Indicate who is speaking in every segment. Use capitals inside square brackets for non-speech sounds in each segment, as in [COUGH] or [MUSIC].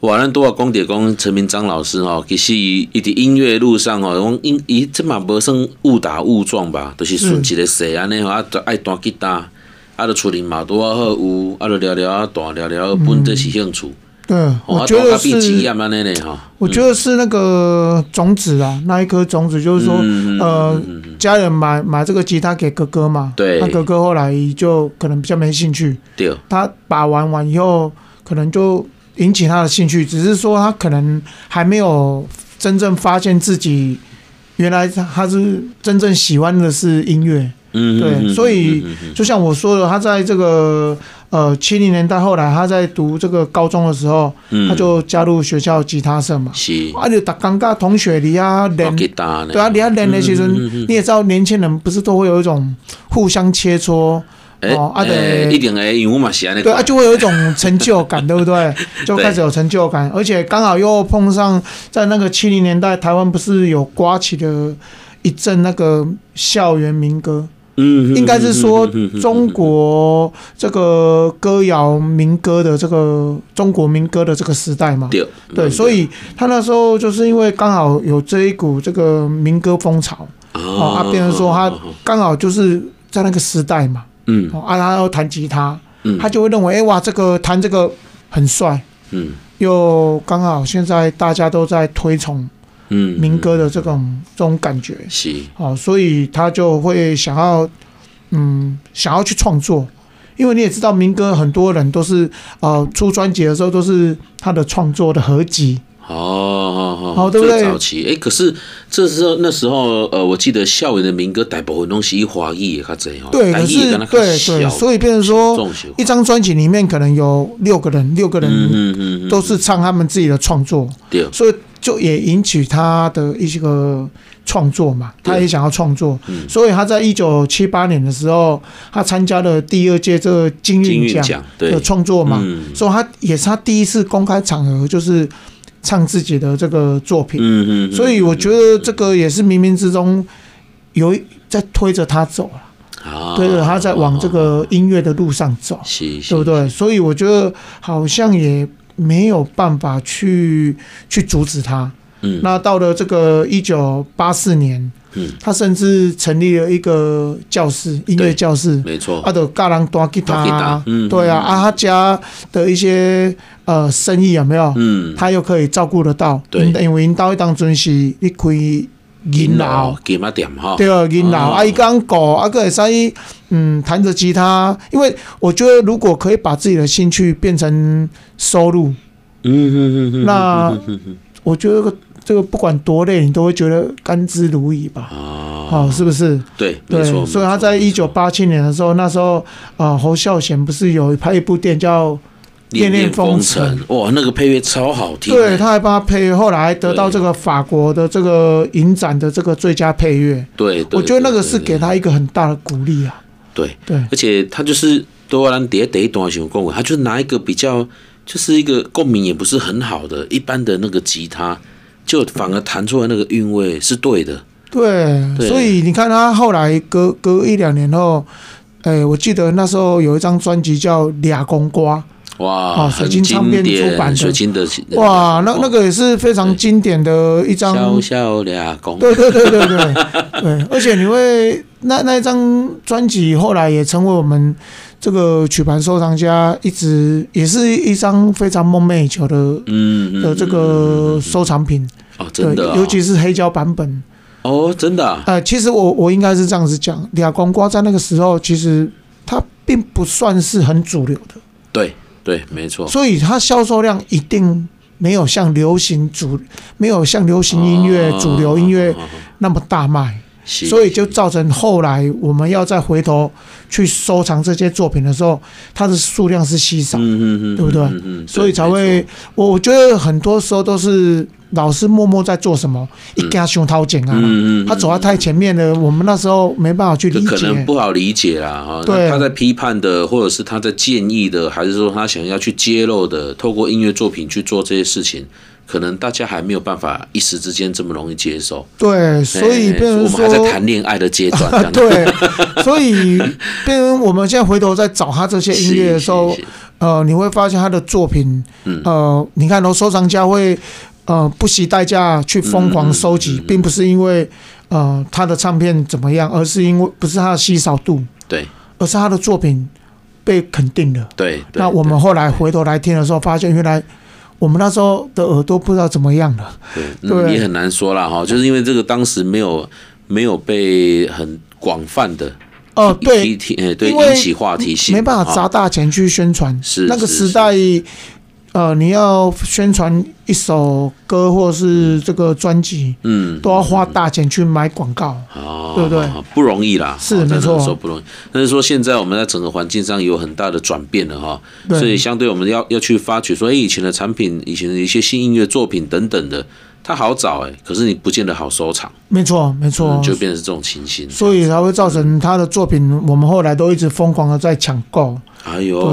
Speaker 1: 我咱拄啊讲着讲陈明章老师哦，其实伊伊伫音乐路上哦，讲音伊即嘛无算误打误撞吧，就是顺一个势安尼吼，啊，就爱弹吉他，啊，就厝里嘛拄啊好有，啊，就聊聊啊弹聊聊，本这是兴趣，
Speaker 2: 对，
Speaker 1: 吼
Speaker 2: 我
Speaker 1: 啊，嗯
Speaker 2: 觉
Speaker 1: 弹
Speaker 2: 得
Speaker 1: 甲变职业
Speaker 2: 是，
Speaker 1: 安尼咧吼。
Speaker 2: 我觉得是那个种子啊，那一颗种子就是说，
Speaker 1: 嗯嗯
Speaker 2: 呃
Speaker 1: 嗯嗯嗯，
Speaker 2: 家人买买这个吉他给哥哥嘛，
Speaker 1: 对
Speaker 2: 那哥哥后来就可能比较没兴趣，
Speaker 1: 对，
Speaker 2: 他把玩完以后，可能就引起他的兴趣，只是说他可能还没有真正发现自己原来他他是真正喜欢的是音乐。
Speaker 1: 嗯，
Speaker 2: 对
Speaker 1: 嗯嗯
Speaker 2: 所以
Speaker 1: 嗯嗯嗯
Speaker 2: 就像我说的，他在这个呃七零年代后来他在读这个高中的时候，
Speaker 1: 嗯
Speaker 2: 他就加入学校吉他社嘛，
Speaker 1: 是
Speaker 2: 啊就打尴尬同学里啊
Speaker 1: 弹
Speaker 2: 练，
Speaker 1: 吉他呢，
Speaker 2: 对啊你啊练的时阵，
Speaker 1: 嗯嗯嗯嗯
Speaker 2: 你也知道年轻人不是都会有一种互相切磋，
Speaker 1: 诶
Speaker 2: 哦啊
Speaker 1: 诶
Speaker 2: 对
Speaker 1: 一定会，因为我嘛是安尼
Speaker 2: 对
Speaker 1: 看，
Speaker 2: 啊，就会有一种成就感，对
Speaker 1: [LAUGHS]
Speaker 2: 不对？就开始有成就感，而且刚好又碰上在那个七零年代，台湾不是有刮起的一阵那个校园民歌，
Speaker 1: 嗯，嗯
Speaker 2: 应该是说
Speaker 1: 嗯嗯嗯嗯嗯
Speaker 2: 中国这个歌谣民歌的这个中国民歌的这个时代嘛。
Speaker 1: 对
Speaker 2: 对，所以他那时候就是因为刚好有这一股这个民歌风潮，哦，啊，变成说他刚好就是在那个时代嘛，
Speaker 1: 嗯
Speaker 2: 哦，啊，他要弹吉他，
Speaker 1: 嗯，
Speaker 2: 他就会认为，哎、哇，这个弹这个很帅，
Speaker 1: 嗯
Speaker 2: 又刚好现在大家都在推崇
Speaker 1: 嗯
Speaker 2: 民歌的这种这种感觉，
Speaker 1: 是
Speaker 2: 哦，所以他就会想要，嗯，想要去创作，因为你也知道，民歌很多人都是，呃，出专辑的时候都是他的创作的合集，
Speaker 1: 哦，好
Speaker 2: 好对不对
Speaker 1: 早期哎，可是这时候那时候呃，我记得校园的民歌大部分拢是以华语的较济哦，
Speaker 2: 对，
Speaker 1: 台
Speaker 2: 可
Speaker 1: 语
Speaker 2: 是
Speaker 1: 的敢若较
Speaker 2: 对
Speaker 1: 少
Speaker 2: 对，所以变成说，
Speaker 1: 重视
Speaker 2: 一张专辑里面可能有六个人，六个
Speaker 1: 嗯
Speaker 2: 人
Speaker 1: 嗯嗯嗯，
Speaker 2: 都是唱他们自己的创作，
Speaker 1: 对，
Speaker 2: 所以就也引起他的一些个创作嘛，
Speaker 1: 对
Speaker 2: 他也想要创作，
Speaker 1: 嗯
Speaker 2: 所以他在一九七八年的时候，他参加了第二届这个金
Speaker 1: 金
Speaker 2: 韵
Speaker 1: 韵
Speaker 2: 奖
Speaker 1: 奖对
Speaker 2: 的创作嘛，
Speaker 1: 嗯
Speaker 2: 所以他也是他第一次公开场合就是唱自己的这个作品，
Speaker 1: 嗯嗯，
Speaker 2: 所以我觉得这个也是冥冥之中有一在推着他走了，
Speaker 1: 啊
Speaker 2: 推着他在往这个音乐的路上走。
Speaker 1: 是是
Speaker 2: 对不对？所以我觉得好像也没有办法去去阻止他。
Speaker 1: 嗯
Speaker 2: 那到了这个一九八四年，
Speaker 1: 嗯，
Speaker 2: 他甚至成立了一个教室，音乐教室，
Speaker 1: 没错
Speaker 2: 啊，，就教人弹吉他
Speaker 1: 弹吉他
Speaker 2: 啊，
Speaker 1: 嗯
Speaker 2: 对啊，
Speaker 1: 嗯
Speaker 2: 啊，他家的一些呃生意有没有？
Speaker 1: 嗯，
Speaker 2: 他又可以照顾得到，
Speaker 1: 对
Speaker 2: 因因为因到当阵是你开银楼。
Speaker 1: 金马店哈，
Speaker 2: 对啊，音老
Speaker 1: 哦
Speaker 2: 啊，伊刚狗啊，个会使嗯弹着吉他，因为我觉得如果可以把自己的兴趣变成收入，
Speaker 1: 嗯嗯嗯嗯，
Speaker 2: 那我觉得这个不管多累，你都会觉得甘之如饴吧？
Speaker 1: 啊，
Speaker 2: 好、是不是？
Speaker 1: 对，没
Speaker 2: 对，
Speaker 1: 错，
Speaker 2: 所以他在一九八七年的时候，那时候啊、呃侯孝贤不是有拍一部电影叫
Speaker 1: 恋恋风
Speaker 2: 恋
Speaker 1: 尘，哇，那个配乐超好听，
Speaker 2: 对，他还帮他配乐，后来得到这个法国的这个影展的这个最佳配乐，
Speaker 1: 对，对
Speaker 2: 我觉得那个是
Speaker 1: 对
Speaker 2: 给他一个很大的鼓励啊。
Speaker 1: 对，
Speaker 2: 对，
Speaker 1: 而且他就是都要咱第一第一段想讲的，他就是拿一个比较，就是一个共鸣也不是很好的一般的那个吉他，就反而弹出来那个韵味是对的。
Speaker 2: 对，
Speaker 1: 对
Speaker 2: 所以你看他后来隔隔一两年后，哎、我记得那时候有一张专辑叫《俩公瓜
Speaker 1: 哇，
Speaker 2: 哦
Speaker 1: 很
Speaker 2: 水晶唱
Speaker 1: 经
Speaker 2: 片
Speaker 1: 典，
Speaker 2: 出版的
Speaker 1: 水晶的》，
Speaker 2: 哇，那那个也是非
Speaker 1: 对
Speaker 2: 常经典的一张，
Speaker 1: 小小俩公，
Speaker 2: 对对对对对对，而且你会那那一张专辑后来也成为我们这个曲盘收藏家一直也是一张非常梦寐以求的。
Speaker 1: 嗯嗯
Speaker 2: 的这个收藏品，
Speaker 1: 哦，真
Speaker 2: 对
Speaker 1: 的、哦，，
Speaker 2: 尤其是黑胶版本。
Speaker 1: 哦，真的、啊，
Speaker 2: 呃，其实我我应该是这样子讲，俩公瓜在那个时候其实它并不算是很主流的，
Speaker 1: 对对，没错，
Speaker 2: 所以它销售量一定没有像流行主没有像流行音乐、
Speaker 1: 啊
Speaker 2: 主流音乐那么大卖，所
Speaker 1: 所
Speaker 2: 以就造成后来我们要再回头去收藏这些作品的时候，它的数量是稀少，
Speaker 1: 嗯嗯嗯，
Speaker 2: 对不对
Speaker 1: 嗯嗯，
Speaker 2: 所以才会
Speaker 1: 没错
Speaker 2: 我我觉得很多时候都是老师默默在做什么，一家熊掏茧啊，
Speaker 1: 嗯嗯嗯嗯
Speaker 2: 他走到太前面了，我们那时候没办法去
Speaker 1: 就
Speaker 2: 理
Speaker 1: 可能
Speaker 2: 解。
Speaker 1: 不好理解啦哈。
Speaker 2: 对
Speaker 1: 那他在批判的，或者是他在建议的，还是说他想要去揭露的，透过音乐作品去做这些事情，可能大家还没有办法一时之间这么容易接受。
Speaker 2: 对，所以
Speaker 1: 哎
Speaker 2: 变成
Speaker 1: 我们还，
Speaker 2: 说
Speaker 1: 在谈恋爱的阶段，这样子
Speaker 2: 啊对，所以变成我们现在回头再找他这些音乐的时候
Speaker 1: 是嗯是，是
Speaker 2: 呃，你会发现他的作品，呃，你看哦，收藏家会呃不惜代价去疯
Speaker 1: 嗯
Speaker 2: 狂收集，并不是因为呃他的唱片怎么样，而是因为不是他的稀少度，
Speaker 1: 对
Speaker 2: 而是他的作品被肯定了。 [LAUGHS]
Speaker 1: 对。对
Speaker 2: 那我们后来回头来听的时候，发现原来我们那时候的耳朵不知道怎么样了。
Speaker 1: 对，
Speaker 2: 对
Speaker 1: 嗯，也很难说啦哈，就是因为这个当时没有没有被很广泛的
Speaker 2: 哦，
Speaker 1: 提
Speaker 2: 对，
Speaker 1: 提提哎对
Speaker 2: 因为
Speaker 1: 引起话题性，
Speaker 2: 没办法砸
Speaker 1: 哈
Speaker 2: 大钱去宣传。
Speaker 1: 啊是
Speaker 2: 那个
Speaker 1: 是
Speaker 2: 时代，呃，你要宣传一首歌或是这个专辑，
Speaker 1: 嗯，
Speaker 2: 都要花大钱去买广告。
Speaker 1: 哦，
Speaker 2: 对不对
Speaker 1: 好？不容易啦，
Speaker 2: 是
Speaker 1: 哦在
Speaker 2: 没
Speaker 1: 那
Speaker 2: 错
Speaker 1: 个时候不容易。但是说现在我们在整个环境上有很大的转变了哈，
Speaker 2: 对
Speaker 1: 所以相对我们要要去发掘说，哎，以前的产品，以前的一些新音乐作品等等的，它好找哎，可是你不见得好收藏，
Speaker 2: 没错，没
Speaker 1: 嗯
Speaker 2: 错。
Speaker 1: 就变成这种情形。
Speaker 2: 哦所以才会造成他的作品，我们后来都一直疯狂的在抢购。
Speaker 1: 哎呦，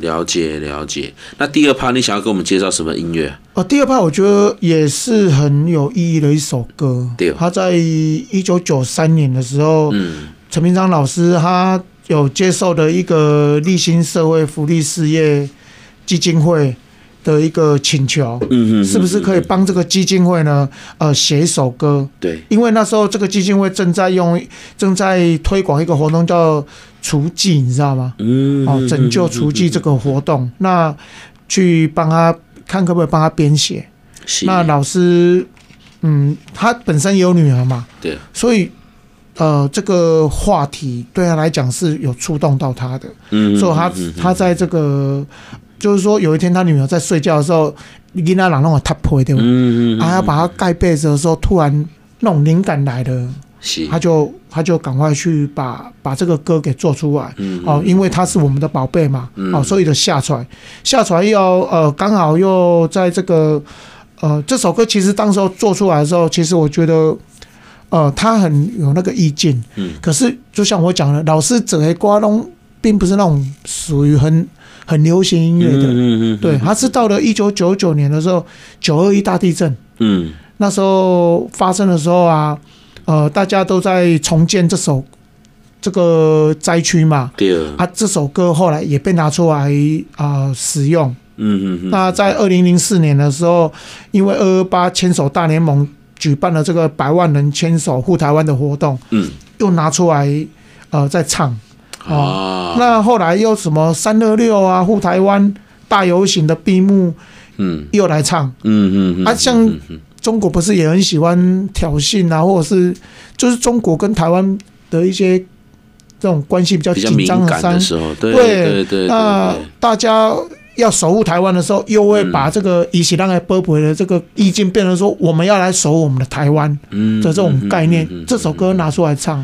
Speaker 1: 了解了解。那第二趴，你想要给我们介绍什么音乐？
Speaker 2: 呃，第二派我觉得也是很有意义的一首歌
Speaker 1: 对。
Speaker 2: 他在一九九三年的时候，
Speaker 1: 嗯。
Speaker 2: 陈明章老师他有接受的一个立新社会福利事业基金会的一个请求，
Speaker 1: 嗯
Speaker 2: 是不是可以？帮这个基金会呢？呃，写一首歌，
Speaker 1: 对，
Speaker 2: 因为那时候这个基金会正在用正在推广一个活动叫除妓，你知道吗？
Speaker 1: 嗯
Speaker 2: 哦，拯救除妓这个活动，那去帮他看可不可以帮他编写。
Speaker 1: 是
Speaker 2: 那老师，嗯，他本身有女儿嘛，
Speaker 1: 对，
Speaker 2: 所以呃，这个话题对他来讲是有触动到他的，
Speaker 1: 嗯
Speaker 2: 所以他他在这个就是说有一天他女儿在睡觉的时候，你那朗弄我踢破对吧？
Speaker 1: 嗯
Speaker 2: 啊，要把他盖被子的时候，突然那种灵感来了，
Speaker 1: 是
Speaker 2: 他就他就赶快去把把这个歌给做出来。
Speaker 1: 嗯
Speaker 2: 哦，因为它是我们的宝贝嘛，
Speaker 1: 嗯
Speaker 2: 哦，所以就下船，下船又呃，刚好又在这个呃这首歌，其实当时候做出来的时候，其实我觉得呃它很有那个意境，
Speaker 1: 嗯，
Speaker 2: 可是就像我讲的，老师整黑瓜东并不是那种属于很很流行音乐的，
Speaker 1: 嗯嗯
Speaker 2: 对，他是到了一九九九年的时候，九二一大地震
Speaker 1: 嗯
Speaker 2: 那时候发生的时候啊，呃，大家都在重建这首这个灾区嘛，
Speaker 1: 对，嗯
Speaker 2: 啊，这首歌后来也被拿出来啊、呃使用。
Speaker 1: 嗯嗯
Speaker 2: 那在二零零四年的时候，因为二二八牵手大联盟举办了这个百万人牵手护台湾的活动，
Speaker 1: 嗯
Speaker 2: 又拿出来呃再唱。
Speaker 1: 啊
Speaker 2: 哦那后来又什么三二六啊护台湾大游行的闭幕
Speaker 1: 嗯
Speaker 2: 又来唱。
Speaker 1: 嗯嗯
Speaker 2: 中国不是也很喜欢挑衅啊，或者是就是中国跟台湾的一些这种关系比较
Speaker 1: 比较
Speaker 2: 紧
Speaker 1: 敏
Speaker 2: 张啊
Speaker 1: 感
Speaker 2: 伤
Speaker 1: 的时候，对对对，
Speaker 2: 那大家要守护台湾的时候，又会把这个以前让来波普的这个意境变成说，我们要来守护我们的台湾
Speaker 1: 嗯
Speaker 2: 的这种概念。这首歌拿出来唱，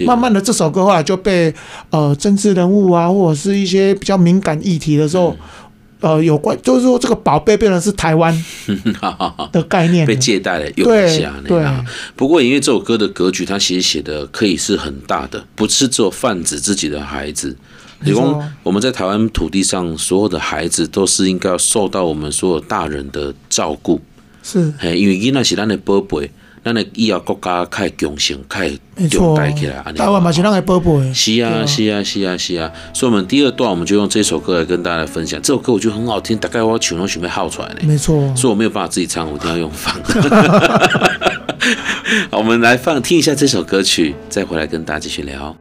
Speaker 2: 慢慢的这首歌后来就被呃政治人物啊，或者是一些比较敏感议题的时
Speaker 1: 嗯
Speaker 2: 候，呃，有关就是说这个宝贝变成是台湾的概念
Speaker 1: [LAUGHS]
Speaker 2: 了
Speaker 1: 被。借贷了用一
Speaker 2: 对
Speaker 1: 下那
Speaker 2: 对
Speaker 1: 样。不过，因为这首歌的格局，它其实写的可以是很大的，不是只有泛指自己的孩子。
Speaker 2: 没
Speaker 1: 李
Speaker 2: 错
Speaker 1: 光，我们在台湾土地上，所有的孩子都是应该要受到我们所有大人的照顾，
Speaker 2: 是
Speaker 1: 嘿，因为囡仔是咱的宝贝，咱的以后国家较会强盛，较
Speaker 2: 没
Speaker 1: 会
Speaker 2: 错
Speaker 1: 壮大起来。安。尼
Speaker 2: 台湾嘛是让来波普的，
Speaker 1: 是啊，是啊，是啊，是啊。所以，我们第二段我们就用这首歌来跟大家来分享。这首歌我觉得很好听，大概我全都想要号出来呢。
Speaker 2: 没错。
Speaker 1: 所以我没有办法自己唱，我一定要用放。 [LAUGHS] 好，我们来放听一下这首歌曲，再回来跟大家继续聊。